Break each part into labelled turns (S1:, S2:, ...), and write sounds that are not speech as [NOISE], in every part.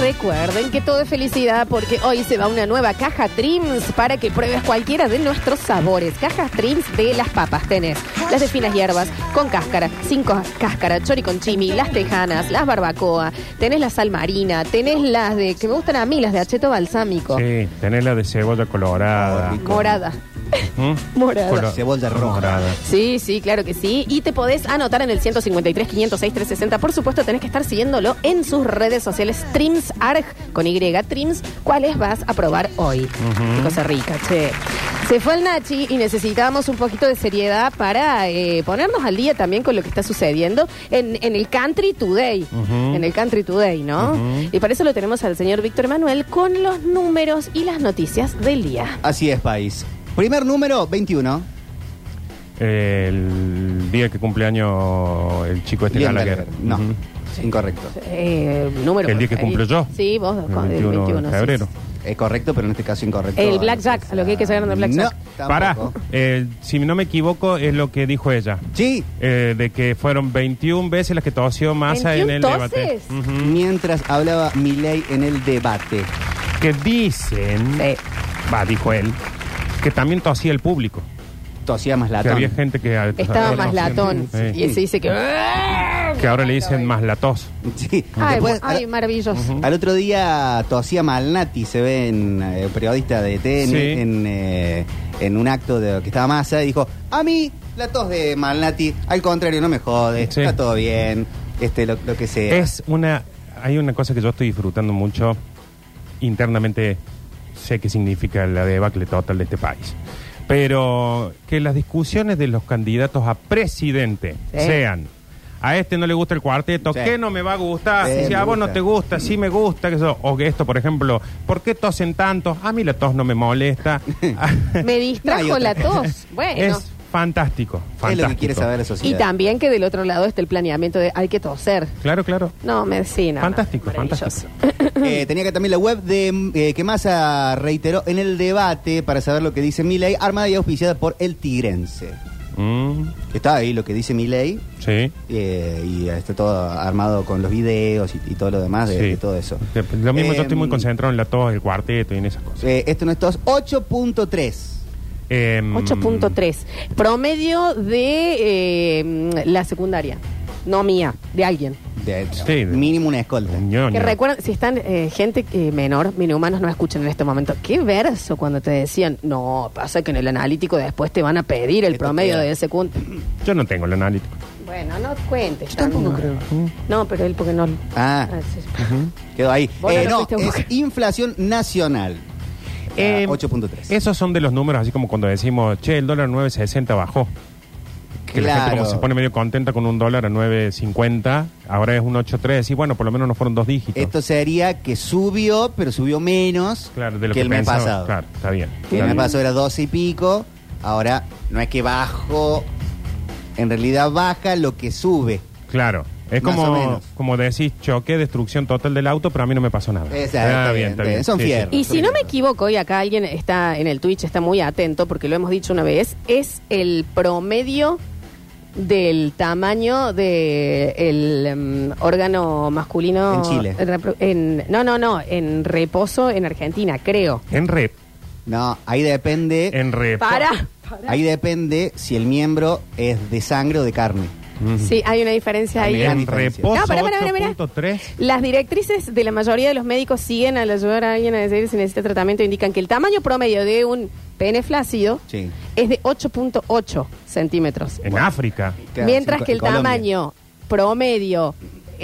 S1: Recuerden que todo es felicidad porque hoy se va una nueva caja Trims para que pruebes cualquiera de nuestros sabores. Cajas Trims de las papas tenés. Las de finas hierbas, con cáscara, sin co- cáscara, chori con chimi, las tejanas, las barbacoa, tenés la sal marina, tenés las de, que me gustan a mí, las de acheto balsámico.
S2: Sí, tenés la de cebolla colorada.
S3: Oh, rico.
S1: Morada.
S2: ¿Mm?
S1: Morada.
S2: Colo-
S3: Cebolla roja.
S2: Morada.
S1: Sí, sí, claro que sí. Y te podés anotar en el 153 506 360. Por supuesto, tenés que estar siguiéndolo en sus redes sociales TrimsArg con Y Trims, cuáles vas a probar hoy. Qué cosa rica, che. Se fue el Nachi y necesitábamos un poquito de seriedad para eh, ponernos al día también con lo que está sucediendo en, en el Country Today.
S2: Ujú.
S1: En el Country Today, ¿no?
S2: Ujú.
S1: Y para eso lo tenemos al señor Víctor Manuel con los números y las noticias del día.
S3: Así es, país. Primer número, 21.
S2: El día que cumpleaños el chico este
S3: Bien,
S2: Gallagher.
S3: Gallagher. No,
S2: Ujú.
S3: incorrecto.
S1: Eh, número
S2: El día que
S1: por ahí.
S2: cumplo yo.
S1: Sí, vos,
S2: El
S1: con-
S2: 21 de
S1: sí,
S2: febrero.
S1: sí.
S3: Es correcto, pero en este caso incorrecto.
S1: El blackjack, a lo que hay que saber del blackjack.
S3: No,
S2: Pará,
S3: tampoco.
S2: eh, si no me equivoco, es lo que dijo ella.
S3: Sí,
S2: Eh, de que fueron 21 veces las que tosió masa en el
S1: 21
S2: debate.
S1: toses.
S2: Ujú.
S3: mientras hablaba Milei en el debate.
S2: Que dicen,
S1: Sí.
S2: va, dijo él, que también tosía el público.
S3: Tosía más
S2: Que
S3: latón.
S2: había gente que... ah,
S1: Estaba
S2: tosía,
S1: más latón.
S2: Sí.
S1: Y se dice que.
S2: Que ahora le dicen más latos.
S3: Sí.
S1: Ay,
S3: Después,
S1: bu- ay,
S3: al-
S1: maravilloso.
S3: al, otro día tosía Malnati, se ve en eh, periodista de TN,
S2: Sí.
S3: en, eh, en un acto de que estaba masa, y dijo, a mí la tos de Malnati, al contrario, no me jode,
S2: Sí.
S3: está todo bien, este lo, lo que sea.
S2: Es una. Hay una cosa que yo estoy disfrutando mucho. Internamente sé qué significa la debacle total de este país. Pero que las discusiones de los candidatos a presidente
S1: Sí.
S2: sean. A este no le gusta el cuarteto,
S3: Sí.
S2: ¿qué no me va a gustar?
S3: Sí,
S2: si a
S3: me
S2: vos no
S3: gusta.
S2: te gusta, sí me gusta. Que eso, o que esto, por ejemplo, ¿por qué tosen tanto? A mí la tos no me molesta.
S3: [LAUGHS]
S2: [LAUGHS]
S1: Me
S3: No
S1: distrajo
S3: hay otra.
S1: la tos. Bueno.
S2: Es fantástico.
S3: Es lo que
S2: fantástico.
S3: quiere saber la
S1: Y
S3: sociedad.
S1: también que del otro lado está el planeamiento de hay que toser.
S2: Claro, claro.
S1: No, medicina.
S2: Fantástico,
S3: Eh, tenía que también la web de eh, que Massa reiteró en el debate para saber lo que dice Milei, armada y auspiciada por El Tigrense.
S2: Mm,
S3: Está ahí lo que dice Milei
S2: sí.
S3: eh, y está todo armado con los videos y, y todo lo demás de,
S2: Sí.
S3: de todo eso.
S2: De- Lo mismo, yo estoy muy
S3: Em,
S2: concentrado en la tos, el cuarteto y en esas cosas.
S3: eh, esto no es todo. 8.3.
S2: Em,
S1: 8.3. Promedio de eh, la secundaria. No mía, de alguien.
S3: De-
S2: Sí.
S3: Mínimo una escolta.
S2: un ñoño.
S1: Que recuerden, si están eh, gente eh, menor, mini humanos no escuchan en este momento. Qué verso cuando te decían, no, pasa que en el analítico después te van a pedir el
S3: Esto
S1: promedio
S3: queda.
S1: de ese cuento.
S2: Yo no tengo el analítico.
S1: Bueno, no cuentes. Yo
S3: tampoco
S1: creo. No, pero él porque no. Ah,
S3: Ah,
S1: sí.
S3: quedó ahí.
S1: Vos no
S3: Eh,
S1: lo
S3: no,
S1: fuiste a buscar.
S3: es inflación nacional. Ah,
S2: Em,
S3: 8.3.
S2: Esos son de los números, así como cuando decimos, che, el dólar 9.60 bajó. Que la gente como se pone medio contenta con un dólar a 9.50, ahora es un 8.3, y bueno, por lo menos no fueron dos dígitos.
S3: Esto sería que subió, pero subió menos
S2: claro, de lo
S3: que,
S2: que,
S3: el mes
S2: pensaba.
S3: pasado.
S2: Claro, está bien.
S3: Que
S2: Está
S3: el mes
S2: bien.
S3: pasado era 12 y pico. Ahora no es que bajo. En realidad baja lo que sube.
S2: Claro. Es
S3: Más o
S2: como,
S3: menos.
S2: como decís, choque, destrucción total del auto, pero a mí no me pasó nada.
S3: Exacto, está bien, está bien. Son fierros.
S1: Y si no me equivoco, y acá alguien está en el Twitch, está muy atento, porque lo hemos dicho una vez, es el promedio del tamaño del órgano masculino
S3: En Chile.
S1: repro- en- no, no, no, en reposo en Argentina, creo.
S2: En rep,
S3: No, ahí depende.
S2: en rep.
S1: Para.
S3: Ahí depende si el miembro es de sangre o de carne.
S2: Ujú.
S1: Sí, hay una diferencia ahí.
S3: gran
S2: En
S3: diferencia.
S2: reposo
S1: No, pará, pará, pará, pará.
S2: 8.3.
S1: Las directrices de la mayoría de los médicos siguen al ayudar a alguien a decidir si necesita tratamiento indican que el tamaño promedio de un pene flácido
S3: Sí.
S1: es de 8.8 centímetros.
S2: En África.
S3: Claro,
S1: Mientras
S3: en-
S1: que el
S3: en Colombia.
S1: tamaño promedio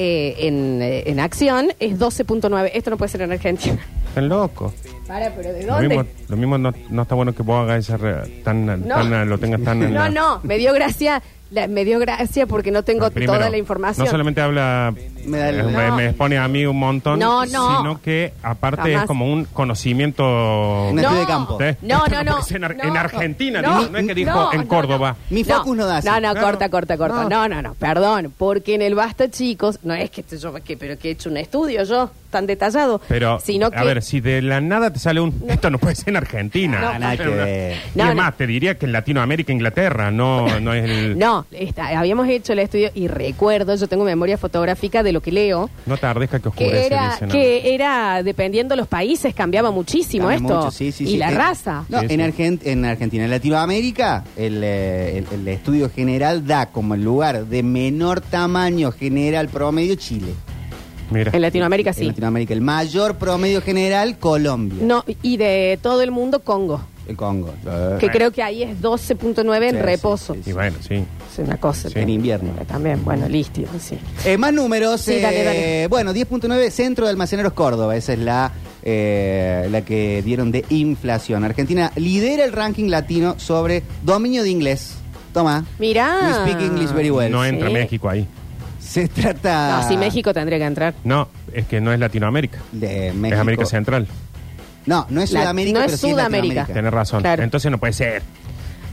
S1: eh, en, eh, en acción es 12.9. Esto no puede ser en
S2: [LAUGHS]
S1: Argentina.
S2: Están locos.
S1: Para, pero ¿de
S2: Lo
S1: dónde?
S2: mismo, lo mismo no, no está bueno que vos hagas esa re- tan, tan, eh, lo tengas tan en
S1: No,
S2: la-
S1: no, me dio gracia, la- me dio gracia porque no tengo
S2: Primero,
S1: toda la información.
S2: No solamente habla
S3: Me da el-
S2: eh, me,
S1: No.
S2: me expone a mí un montón,
S1: No, no.
S2: sino que aparte
S1: Jamás.
S2: es como un conocimiento
S3: No. estudio de campo.
S2: ¿Eh?
S1: No, no, no.
S2: Porque es en Ar-
S1: no,
S2: en Argentina, dijo, no es que dijo en
S1: no,
S2: Córdoba.
S1: no.
S3: Mi focus no da así.
S1: No, no,
S2: Claro.
S1: corta, corta, corta.
S2: No.
S1: No. no, no, perdón. Porque en el Basta, chicos, no es que, yo, que- pero que he hecho un estudio yo. tan detallado.
S2: Pero,
S1: sino que,
S2: a ver, si de la nada te sale un...
S1: No.
S2: Esto no puede ser en Argentina.
S1: No,
S3: nada que ver.
S2: [LAUGHS] Y
S1: No,
S2: es
S1: no.
S2: más, te diría que en Latinoamérica, Inglaterra, no, no es el...
S1: No, está- habíamos hecho el estudio y recuerdo, yo tengo memoria fotográfica de lo que leo.
S2: No tardezca que oscurece,
S1: Que era,
S2: dicen.
S1: que era, dependiendo los países, cambiaba muchísimo
S3: Cambia
S1: esto.
S3: mucho, sí, sí,
S1: y
S3: sí.
S1: la
S3: Eh,
S1: raza.
S3: No,
S2: Sí,
S3: en,
S2: sí.
S3: Argen- en Argentina, en Latinoamérica, el, eh, el- el estudio general da como el lugar de menor tamaño general promedio Chile.
S2: Mira.
S1: En Latinoamérica sí.
S3: En Latinoamérica, el mayor promedio general Colombia.
S1: No, y de todo el mundo, Congo.
S3: El Congo.
S1: Que creo que ahí es 12.9 en
S3: Sí, sí,
S1: reposo.
S3: sí, sí.
S2: Y bueno, sí.
S1: Es una cosa.
S2: Sí.
S3: En invierno.
S1: También, bueno, listo. Sí.
S3: Eh, más números.
S1: Sí, dale,
S3: eh,
S1: dale.
S3: Bueno, 10.9, Centro de Almaceneros Córdoba. Esa es la, eh, la que dieron de inflación. Argentina lidera el ranking latino sobre dominio de inglés. Toma.
S1: Mirá.
S3: We speak English very well.
S2: no entra
S1: sí.
S2: México ahí.
S3: Se trata...
S1: No, si México tendría que entrar.
S2: No, es que no es Latinoamérica.
S3: De México.
S2: Es América Central.
S3: No, no es
S1: La-
S3: Sudamérica,
S1: no es
S3: pero sí es
S1: Sudamérica.
S3: Latinoamérica.
S2: Tienes razón.
S1: Claro.
S2: Entonces no puede ser.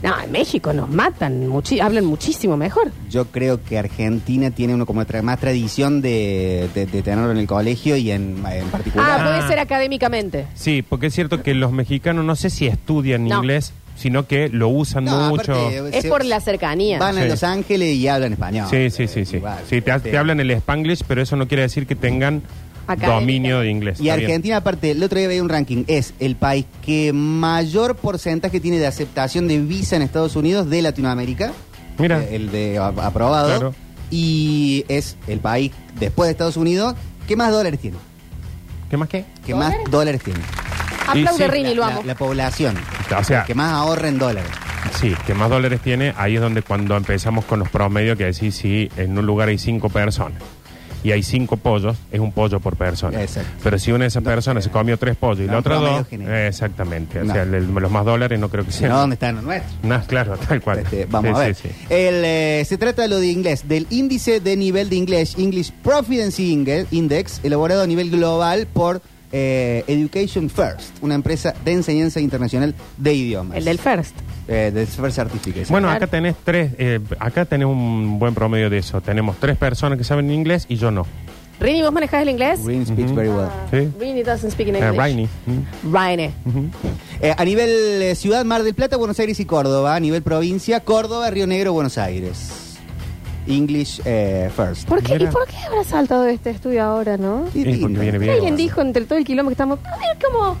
S1: No, en México nos matan, muchi- hablan muchísimo mejor.
S3: Yo creo que Argentina tiene uno como tra- más tradición de, de- de tenerlo en el colegio y en, en
S1: Ah,
S3: particular.
S1: puede ser académicamente.
S2: Sí, porque es cierto que los mexicanos no sé si estudian
S1: No.
S2: inglés, sino que lo usan
S3: No,
S2: Ah, mucho.
S3: aparte, eh,
S1: Es
S3: se-
S1: por la cercanía.
S3: Van a
S2: Sí.
S3: Los Ángeles y hablan español.
S2: Sí, sí, sí, sí.
S3: eh, Igual.
S2: Sí, te, ha- te hablan el spanglish, pero eso no quiere decir que tengan
S1: Académica.
S2: dominio de inglés.
S3: Y
S2: Está bien.
S3: Argentina, aparte, el otro día veía un ranking, es el país que mayor porcentaje tiene de aceptación de visa en Estados Unidos de Latinoamérica.
S2: Mira.
S3: Eh, El de a- aprobado.
S2: Claro.
S3: Y es el país, después de Estados Unidos, que más dólares tiene.
S2: ¿Qué más qué?
S3: Que más dólares tiene.
S1: Aplaude
S2: sí.
S1: Rini, lo
S3: La-
S1: amo.
S3: La, población.
S2: O sea-
S3: que más ahorra en dólares.
S2: Sí, que más dólares tiene, ahí es donde cuando empezamos con los promedios que decís, si en un lugar hay cinco personas y hay cinco pollos, es un pollo por persona.
S3: Exacto.
S2: Pero si una de esas personas se comió tres pollos y
S3: No,
S2: la otra
S3: promedio
S2: dos,
S3: general.
S2: eh, exactamente. O
S3: No.
S2: sea, el- los más dólares no creo que
S3: Si no,
S2: sean.
S3: ¿dónde están los nuestros?
S2: No, claro, tal cual.
S3: Este, vamos
S2: Sí,
S3: a ver.
S2: sí, sí.
S3: El, eh, se trata de lo de inglés, del índice de nivel de inglés, English Proficiency Inge- Index, elaborado a nivel global por eh, Education First, una empresa de enseñanza internacional de idiomas.
S1: El del First.
S3: Eh, del First Certificate.
S2: Bueno,
S1: Claro.
S2: acá tenés tres, eh, acá tenés un buen promedio de eso. Tenemos tres personas que saben inglés y yo no.
S1: Rini, ¿vos manejás el inglés?
S3: Green speaks very
S1: Ah.
S3: well.
S2: Sí.
S1: Rini doesn't speak in
S2: Eh,
S1: English.
S2: Rainy. Mm.
S1: Rainy.
S3: Eh, a nivel eh, ciudad, Mar del Plata, Buenos Aires y Córdoba. A nivel provincia, Córdoba, Río Negro, Buenos Aires. English eh, First.
S4: ¿Por qué, ¿Y
S2: Mira.
S4: por qué habrá saltado de este estudio ahora, no?
S3: Y
S2: Y porque
S3: lindo.
S2: viene bien.
S4: Alguien dijo entre todo el quilombo que estamos. A ver cómo.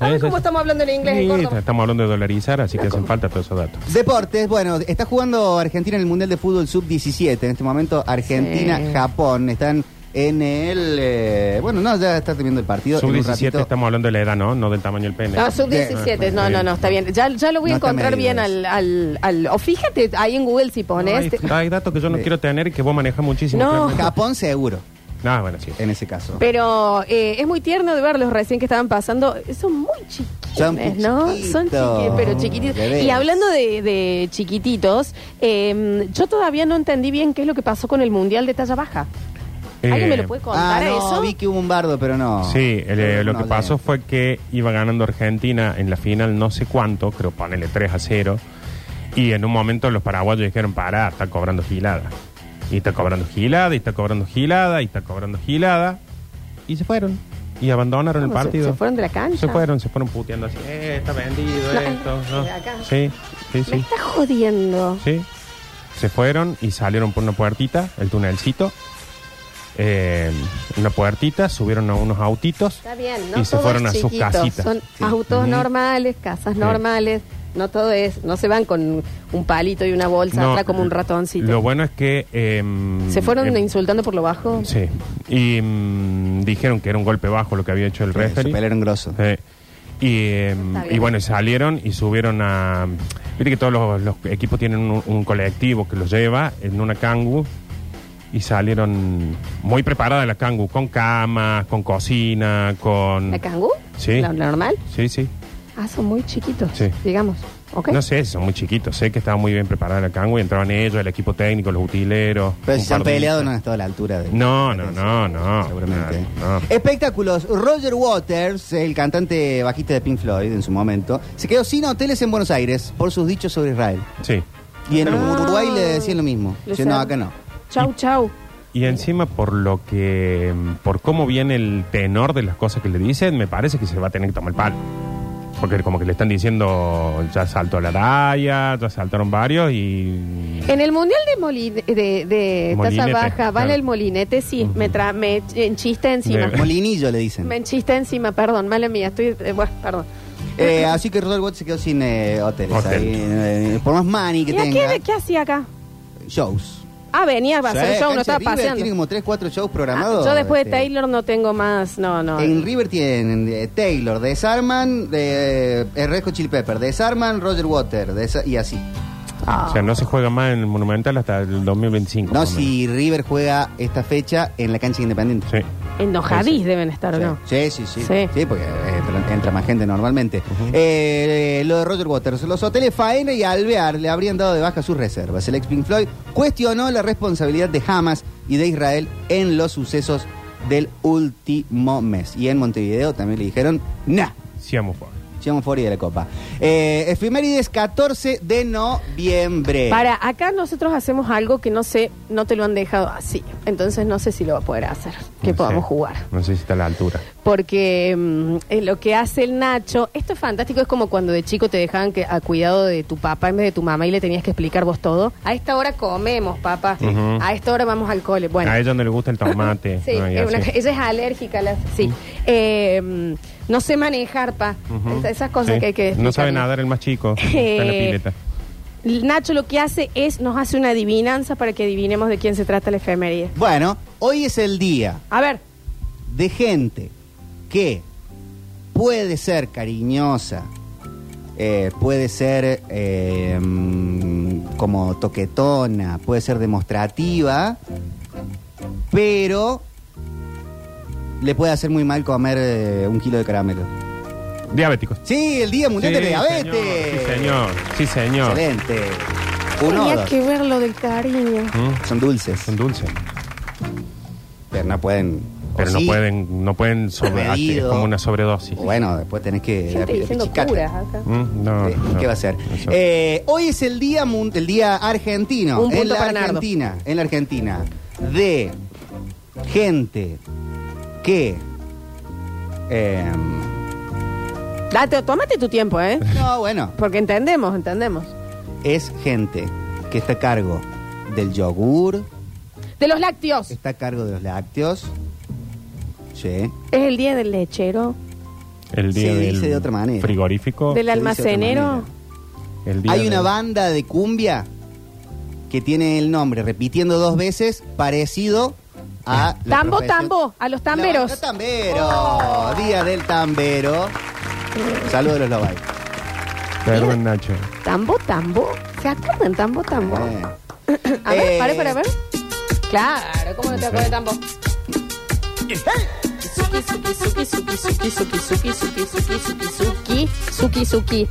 S1: Ah,
S4: A ver
S2: Sí, sí.
S4: cómo estamos hablando en inglés en
S2: Sí,
S4: Córdoba.
S2: estamos hablando de dolarizar, así que hacen falta todos esos datos.
S3: Deportes, bueno, está jugando Argentina en el Mundial de Fútbol Sub-17. En este momento,
S1: Sí.
S3: Argentina-Japón. Están en el. eh, bueno, no, ya está terminando el partido. En un ratito-
S2: Sub-17 estamos hablando de la edad, ¿no? No del tamaño del pene.
S1: No, sub-17. No, no, no, está bien. Ya, ya lo voy a
S3: No está
S1: encontrar
S3: medido
S1: bien al, al, al- O fíjate, ahí en Google si
S2: No, hay,
S1: pones... te-
S2: hay datos que yo no
S3: Sí.
S2: quiero tener y que vos manejas muchísimo.
S1: este. No.
S2: claramente.
S3: Japón seguro,
S2: Ah, bueno, sí.
S3: en ese caso.
S1: Pero eh, es muy tierno de verlos recién que estaban pasando. Son muy chiquitines,
S3: Son
S1: ¿no?
S3: chiquitos,
S1: Son chiquititos, pero chiquititos.
S3: bebés.
S1: Y hablando de, de chiquititos, eh, yo todavía no entendí bien qué es lo que pasó con el Mundial de talla baja. ¿Alguien
S2: Eh,
S1: me lo puede
S3: Ah,
S1: contar
S3: no,
S1: eso?
S3: vi que hubo un bardo, pero no.
S2: Sí, el, eh, lo
S3: Ah, No,
S2: que
S3: ya.
S2: pasó fue que iba ganando Argentina en la final no sé cuánto, creo ponele 3 a 0. Y en un momento los paraguayos dijeron, pará, está cobrando gilada. Y está cobrando gilada, y está cobrando gilada, y está cobrando gilada. Y se fueron. Y abandonaron el
S1: ¿Cómo se-
S2: partido.
S1: se fueron de la cancha?
S2: Se fueron, se fueron puteando así. Eh, está vendido
S1: No,
S2: esto. ¿no?
S1: de acá.
S2: Sí, sí,
S1: Me
S2: sí.
S1: está jodiendo.
S2: Sí. Se fueron y salieron por una puertita, el tunelcito. Eh, una puertita, subieron a unos autitos.
S4: Está bien, ¿no?
S2: Y se
S4: todo
S2: fueron
S4: es
S2: a sus
S4: chiquito.
S2: casitas.
S4: Son
S2: Sí.
S4: autos
S2: Ujú.
S4: normales, casas
S2: Sí.
S4: normales. No todo es.
S1: No se van con un palito y una bolsa
S2: No,
S1: atrás como un ratoncito.
S2: Lo bueno es que. eh,
S1: ¿Se fueron
S2: eh,
S1: insultando por lo bajo?
S2: Sí. Y mm, dijeron que era un golpe bajo lo que había hecho el
S3: Eh, se
S2: referee.
S3: pelearon grosso.
S2: Sí. Y, eh,
S1: Está bien.
S2: y bueno, y salieron y subieron a. Viste que todos los, los equipos tienen un, un colectivo que los lleva en una cangu. Y salieron muy preparada la cangu, con camas, con cocina, con.
S1: ¿La cangú?
S2: Mm. Sí.
S1: ¿La, la normal?
S2: Sí, sí.
S1: Ah, son muy chiquitos,
S2: Sí.
S1: digamos. ¿Ok?
S2: No sé, son muy chiquitos. Sé que estaba muy bien preparada la cangu y entraban ellos, el equipo técnico, los utileros.
S3: Pero
S2: un
S3: si se han
S2: par de-
S3: peleado no han estado a la altura de...
S2: No, no, no, no.
S3: Seguramente.
S2: No, no.
S3: Espectáculos. Roger Waters, el cantante bajista de Pink Floyd en su momento, se quedó sin hoteles en Buenos Aires por sus dichos sobre Israel.
S2: Sí.
S3: Y en
S1: Ah.
S3: Uruguay le decían lo mismo.
S1: Lo
S3: Dice, no,
S1: sé.
S3: acá no.
S1: Chau, chau.
S2: Y encima por lo que, por cómo viene el tenor de las cosas que le dicen, me parece que se va a tener que tomar el palo. Porque como que le están diciendo, ya saltó la raya, ya saltaron varios y...
S1: En el mundial de, molin- de, de taza
S2: Molinete,
S1: baja, vale
S2: claro.
S1: el molinete, sí, me, tra me ch- enchista encima.
S2: De-
S3: Molinillo le
S1: [LAUGHS]
S3: dicen.
S1: Me enchista encima, perdón, mala mía, estoy. eh, bueno, perdón.
S3: Eh, así que Rodolfo se quedó sin eh, hoteles.
S2: Hotel.
S3: ahí, eh, por más money que
S1: ¿Y a
S3: tenga,
S1: qué, qué hacía acá?
S3: shows.
S1: Ah, venía a hacer
S3: Sí,
S1: show,
S3: cancha
S1: no estaba
S3: River
S1: paseando.
S3: Tiene como 3, 4 shows
S1: Ah,
S3: programados.
S1: yo después de
S3: este.
S1: Taylor no tengo más, no, no.
S3: En River tienen eh, Taylor, Desarman, de, eh, Red Hot Chili Pepper, Desarman, Roger Water, desa- y así.
S1: Ah.
S2: O sea, no se juega más en el Monumental hasta el 2025.
S3: No,
S2: más o menos.
S3: si River juega esta fecha en la cancha independiente.
S2: Sí.
S1: Enojadís deben estar, ¿o ¿no?
S3: Sí, sí, sí.
S1: Sí.
S3: Sí, porque eh, entra, entra más gente normalmente. Eh, eh, lo de Roger Waters. Los hoteles Faena y Alvear le habrían dado de baja sus reservas. El ex Pink Floyd cuestionó la responsabilidad de Hamas y de Israel en los sucesos del último mes. Y en Montevideo también le dijeron, nah,
S2: Sí, vamos por.
S3: echamos fuera de la copa. Eh, efemérides 14 de noviembre.
S1: Para, acá nosotros hacemos algo que no sé, no te lo han dejado así. Entonces no sé si lo va a poder hacer, que
S2: No
S1: podamos
S2: sé.
S1: jugar.
S2: No sé si está a la altura.
S1: Porque mm, es lo que hace el Nacho, esto es fantástico, es como cuando de chico te dejaban que, a cuidado de tu papá en vez de tu mamá y le tenías que explicar vos todo. A esta hora comemos, papá.
S2: Ujú.
S1: A esta hora vamos al cole. Bueno.
S2: A Ah, ella no le gusta el tomate.
S1: [LAUGHS] Sí,
S2: ¿no? Y
S1: es una-
S2: así.
S1: ella es alérgica a las. Sí. Eh, mm, no sé manejar, pa.
S2: Ujú.
S1: Esas cosas
S2: Sí.
S1: que hay que.
S2: No sabe
S1: explicarle.
S2: nadar el más chico. Está en la
S1: Eh,
S2: pileta.
S1: Nacho lo que hace es nos hace una adivinanza para que adivinemos de quién se trata la efeméride.
S3: Bueno, hoy es el día
S1: A ver,
S3: de gente que puede ser cariñosa, eh, puede ser eh, mm, como toquetona, puede ser demostrativa, pero le puede hacer muy mal comer eh, un kilo de caramelo.
S2: Diabéticos.
S3: Sí, el Día Mundial de la
S2: señor.
S3: Diabetes.
S2: Sí, señor. Sí, señor.
S3: Excelente. Uno,
S1: tenía
S3: dos.
S1: que ver lo del cariño.
S2: Mm,
S3: Son dulces,
S2: Son dulces.
S3: pero no pueden.
S2: Pero
S3: o
S2: no
S3: sí,
S2: pueden, no pueden sobre, ah,
S3: Medido.
S2: es como una sobredosis.
S3: o Bueno, después tenés que...
S1: Gente
S3: api-
S1: diciendo
S3: apichicarte.
S1: curas acá.
S2: Mm, no,
S3: Sí,
S2: no.
S3: ¿Qué va a ser?
S2: Eso.
S3: Eh, hoy es el día mun- el día argentino.
S1: Un punto
S3: en la
S1: para Nardo.
S3: Argentina. En la Argentina. De gente que. eh,
S1: Date, tómate tu tiempo, ¿eh?
S3: no, bueno.
S1: Porque entendemos, entendemos.
S3: Es gente que está a cargo del yogur,
S1: De los lácteos. Es
S3: está a cargo de los lácteos. Sí.
S1: el día del lechero,
S2: El día
S3: se
S2: del
S3: dice de otra manera.
S2: frigorífico.
S1: del
S3: de otra
S1: almacenero.
S3: manera.
S2: el día
S3: Hay una
S2: del-
S3: banda de cumbia que tiene el nombre repitiendo dos veces parecido a la
S1: Tambo,
S3: profesión-
S1: tambo, a los tamberos.
S3: La banda tambero, día del tambero. Saludos a los Lobay.
S2: Perdón, Nacho.
S1: Tambo, tambo. ¿Se acuerdan? Tambo, tambo.
S3: Eh,
S1: A ver,
S3: Eh.
S1: pare, para ver. Claro, ¿cómo no te acuerdas de tambo? Suki, suki, suki.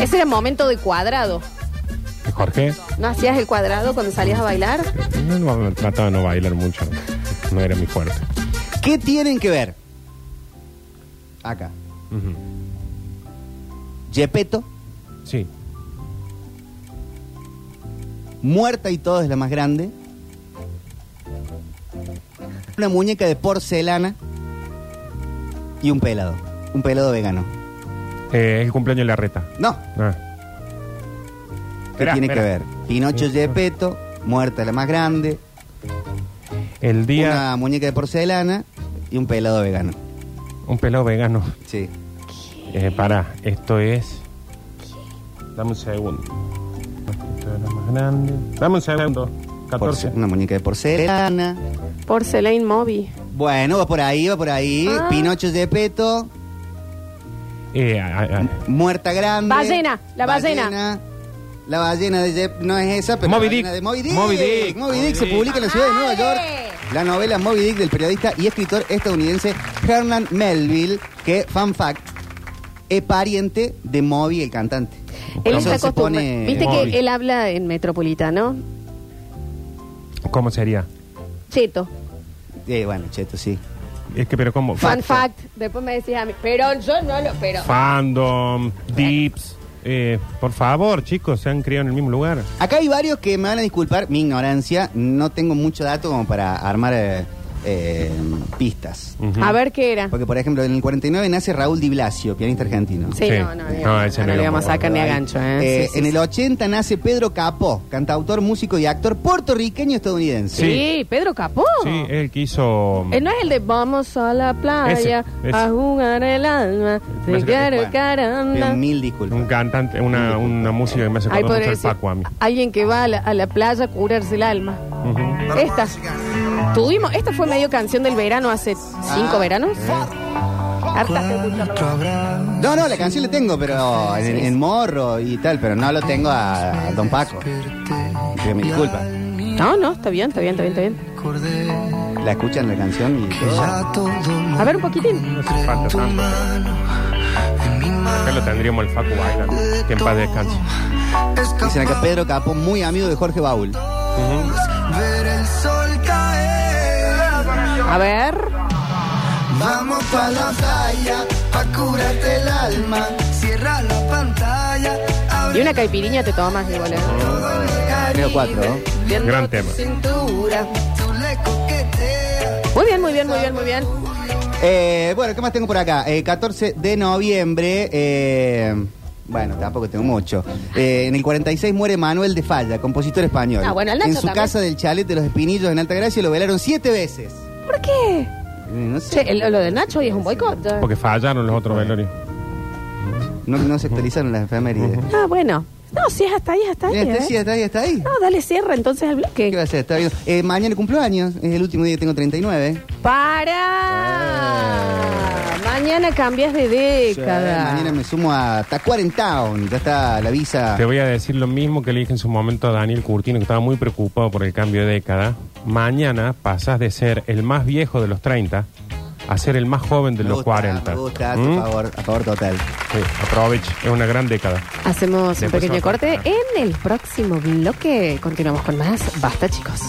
S1: Ese era el momento de cuadrado.
S2: Jorge.
S1: ¿No hacías el cuadrado cuando salías a bailar?
S2: No, no, trataba de no bailar mucho. No era mi fuerte.
S3: ¿Qué tienen que ver? Acá.
S2: Ujú.
S3: Gepetto,
S2: Sí.
S3: muerta y todo es la más grande. Una muñeca de porcelana y un pelado. Un pelado vegano.
S2: Eh, es el cumpleaños de la reta.
S3: No,
S2: Ah.
S3: ¿qué
S2: Esperá,
S3: tiene
S2: esperá.
S3: que ver? Pinocho Gepetto, muerta es la más grande.
S2: El día.
S3: Una muñeca de porcelana y un pelado vegano.
S2: Un pelado vegano.
S3: Sí.
S2: Eh, pará, esto es. Dame un segundo. Esto es lo más grande. Dame un segundo. 14.
S3: Porce- Una muñeca de porcelana.
S1: Porcelain Moby.
S3: Bueno, va por ahí, va por ahí.
S1: Ah.
S3: Pinocho de peto,
S2: Eh, ah, ah, ah.
S3: muerta grande.
S1: Ballena, la ballena.
S3: La ballena de Jep- no es esa, pero
S2: Moby
S3: la ballena
S2: Dick.
S3: de Moby Dick.
S2: Moby Dick.
S3: Moby Dick se
S2: Moby
S3: publica en la ciudad de
S1: Ah,
S3: Nueva York. La novela Moby Dick del periodista y escritor estadounidense Herman Melville, que, fan fact, es pariente de Moby, el cantante.
S1: Él
S2: Eso
S1: está
S3: se
S1: acostumbrado.
S3: pone
S1: Viste
S2: Moby.
S1: que él habla en metropolitano.
S2: ¿Cómo sería?
S1: Cheto.
S3: Eh, bueno, cheto, sí.
S2: Es que, pero ¿cómo?
S1: Fun fact. Después me decías a mí. Pero yo no lo. Pero.
S2: Fandom, Dips. Eh, por favor, chicos, se han criado en el mismo lugar.
S3: Acá hay varios que me van a disculpar mi ignorancia. No tengo mucho dato como para armar eh, eh, pistas.
S2: Ujú.
S1: A ver qué era.
S3: Porque, por ejemplo, en el 49 nace Raúl Di Blasio, pianista argentino.
S1: Sí,
S2: Sí.
S1: no, no,
S2: No,
S1: digamos,
S2: ese
S1: no
S2: no
S1: le
S2: lo
S1: vamos a
S2: puedo
S1: sacar ni a
S3: Ahí.
S1: gancho. ¿eh?
S3: Eh,
S1: Sí,
S3: en
S1: sí,
S3: el 80 nace Pedro Capó, cantautor, músico y actor puertorriqueño estadounidense.
S1: sí. Sí, Pedro Capó.
S2: Sí, él quiso.
S1: Eh, no es el de vamos a la playa
S2: Ese, ese.
S1: a jugar el alma.
S2: Me
S1: Te
S2: parece que-
S1: quiero,
S3: Bueno,
S1: caramba.
S3: pido mil
S2: Un
S3: disculpas.
S2: cantante, una, una música que me hace
S1: Ahí podría
S2: acordar mucho al
S1: decir,
S2: Paco a mí.
S1: alguien que va a la, a la playa a curarse el alma.
S2: Ujú.
S1: Esta. Tuvimos, esta fue medio canción del verano hace
S3: Ah,
S1: cinco veranos. Hartas de escucharlo.
S3: eh, No, no, la canción la tengo, pero en, en morro y tal, pero no lo tengo a, a Don Paco. Que me disculpa.
S1: No, no, está bien, está bien, está bien, está bien.
S3: La escuchan la canción y.
S1: A ver un poquitín.
S2: No hace falta tanto. Acá lo tendríamos el Facu bailando. Que en paz descanse.
S3: Dicen acá Pedro Capó, muy amigo de Jorge Baúl.
S2: Ujú.
S1: A ver.
S5: Vamos pa' la playa, pa' curarte el alma. Cierra la pantalla,
S1: Y
S5: abre
S1: una caipiriña te tomas, ¿eh? y boludo.
S3: Creo cuatro, ¿no?
S1: Viendo
S2: Gran
S1: tu
S2: tema.
S1: cintura.
S5: tu le coquetea.
S1: Muy bien, muy bien, muy bien, muy bien.
S3: Eh, bueno, ¿qué más tengo por acá? Eh, 14 de noviembre. eh, bueno, tampoco tengo mucho. Eh, en el 46 muere Manuel de Falla, compositor español.
S1: Ah, bueno, el Nacho
S3: en su
S1: también.
S3: casa del chalet de los Espinillos en Altagracia lo velaron siete veces.
S1: ¿Por qué?
S3: Eh, No sé.
S1: Che, el- lo del Nacho hoy es un boicot.
S2: Porque fallaron los otros velorios.
S3: No, no se actualizaron las efemérides.
S1: Ah, bueno. No, si es hasta ahí, es hasta ahí.
S3: Mira,
S1: ¿eh?
S3: está, Este sí, está ahí, está ahí.
S1: No, dale cierra entonces al
S3: ¿Qué va
S1: bloque.
S3: a ser? Está bien. Eh, mañana cumpleaños, es el último día que tengo 39.
S1: ¡Para! Mañana cambias de década.
S3: Eh. Mañana me sumo a Tacuaren Town, ya está la visa.
S2: Te voy a decir lo mismo que le dije en su momento a Daniel Curtino, que estaba muy preocupado por el cambio de década. Mañana pasás de ser el más viejo de los 30 a ser el más joven de
S3: Me
S2: los
S3: gusta,
S2: 40.
S3: Me gusta,
S2: ¿Mm?
S3: a favor, a favor total.
S2: Sí, aprovecha, es una gran década.
S1: Hacemos un
S2: Después
S1: pequeño
S2: vamos a
S1: corte.
S2: cortar.
S1: En el próximo bloque continuamos con más. Basta, chicos.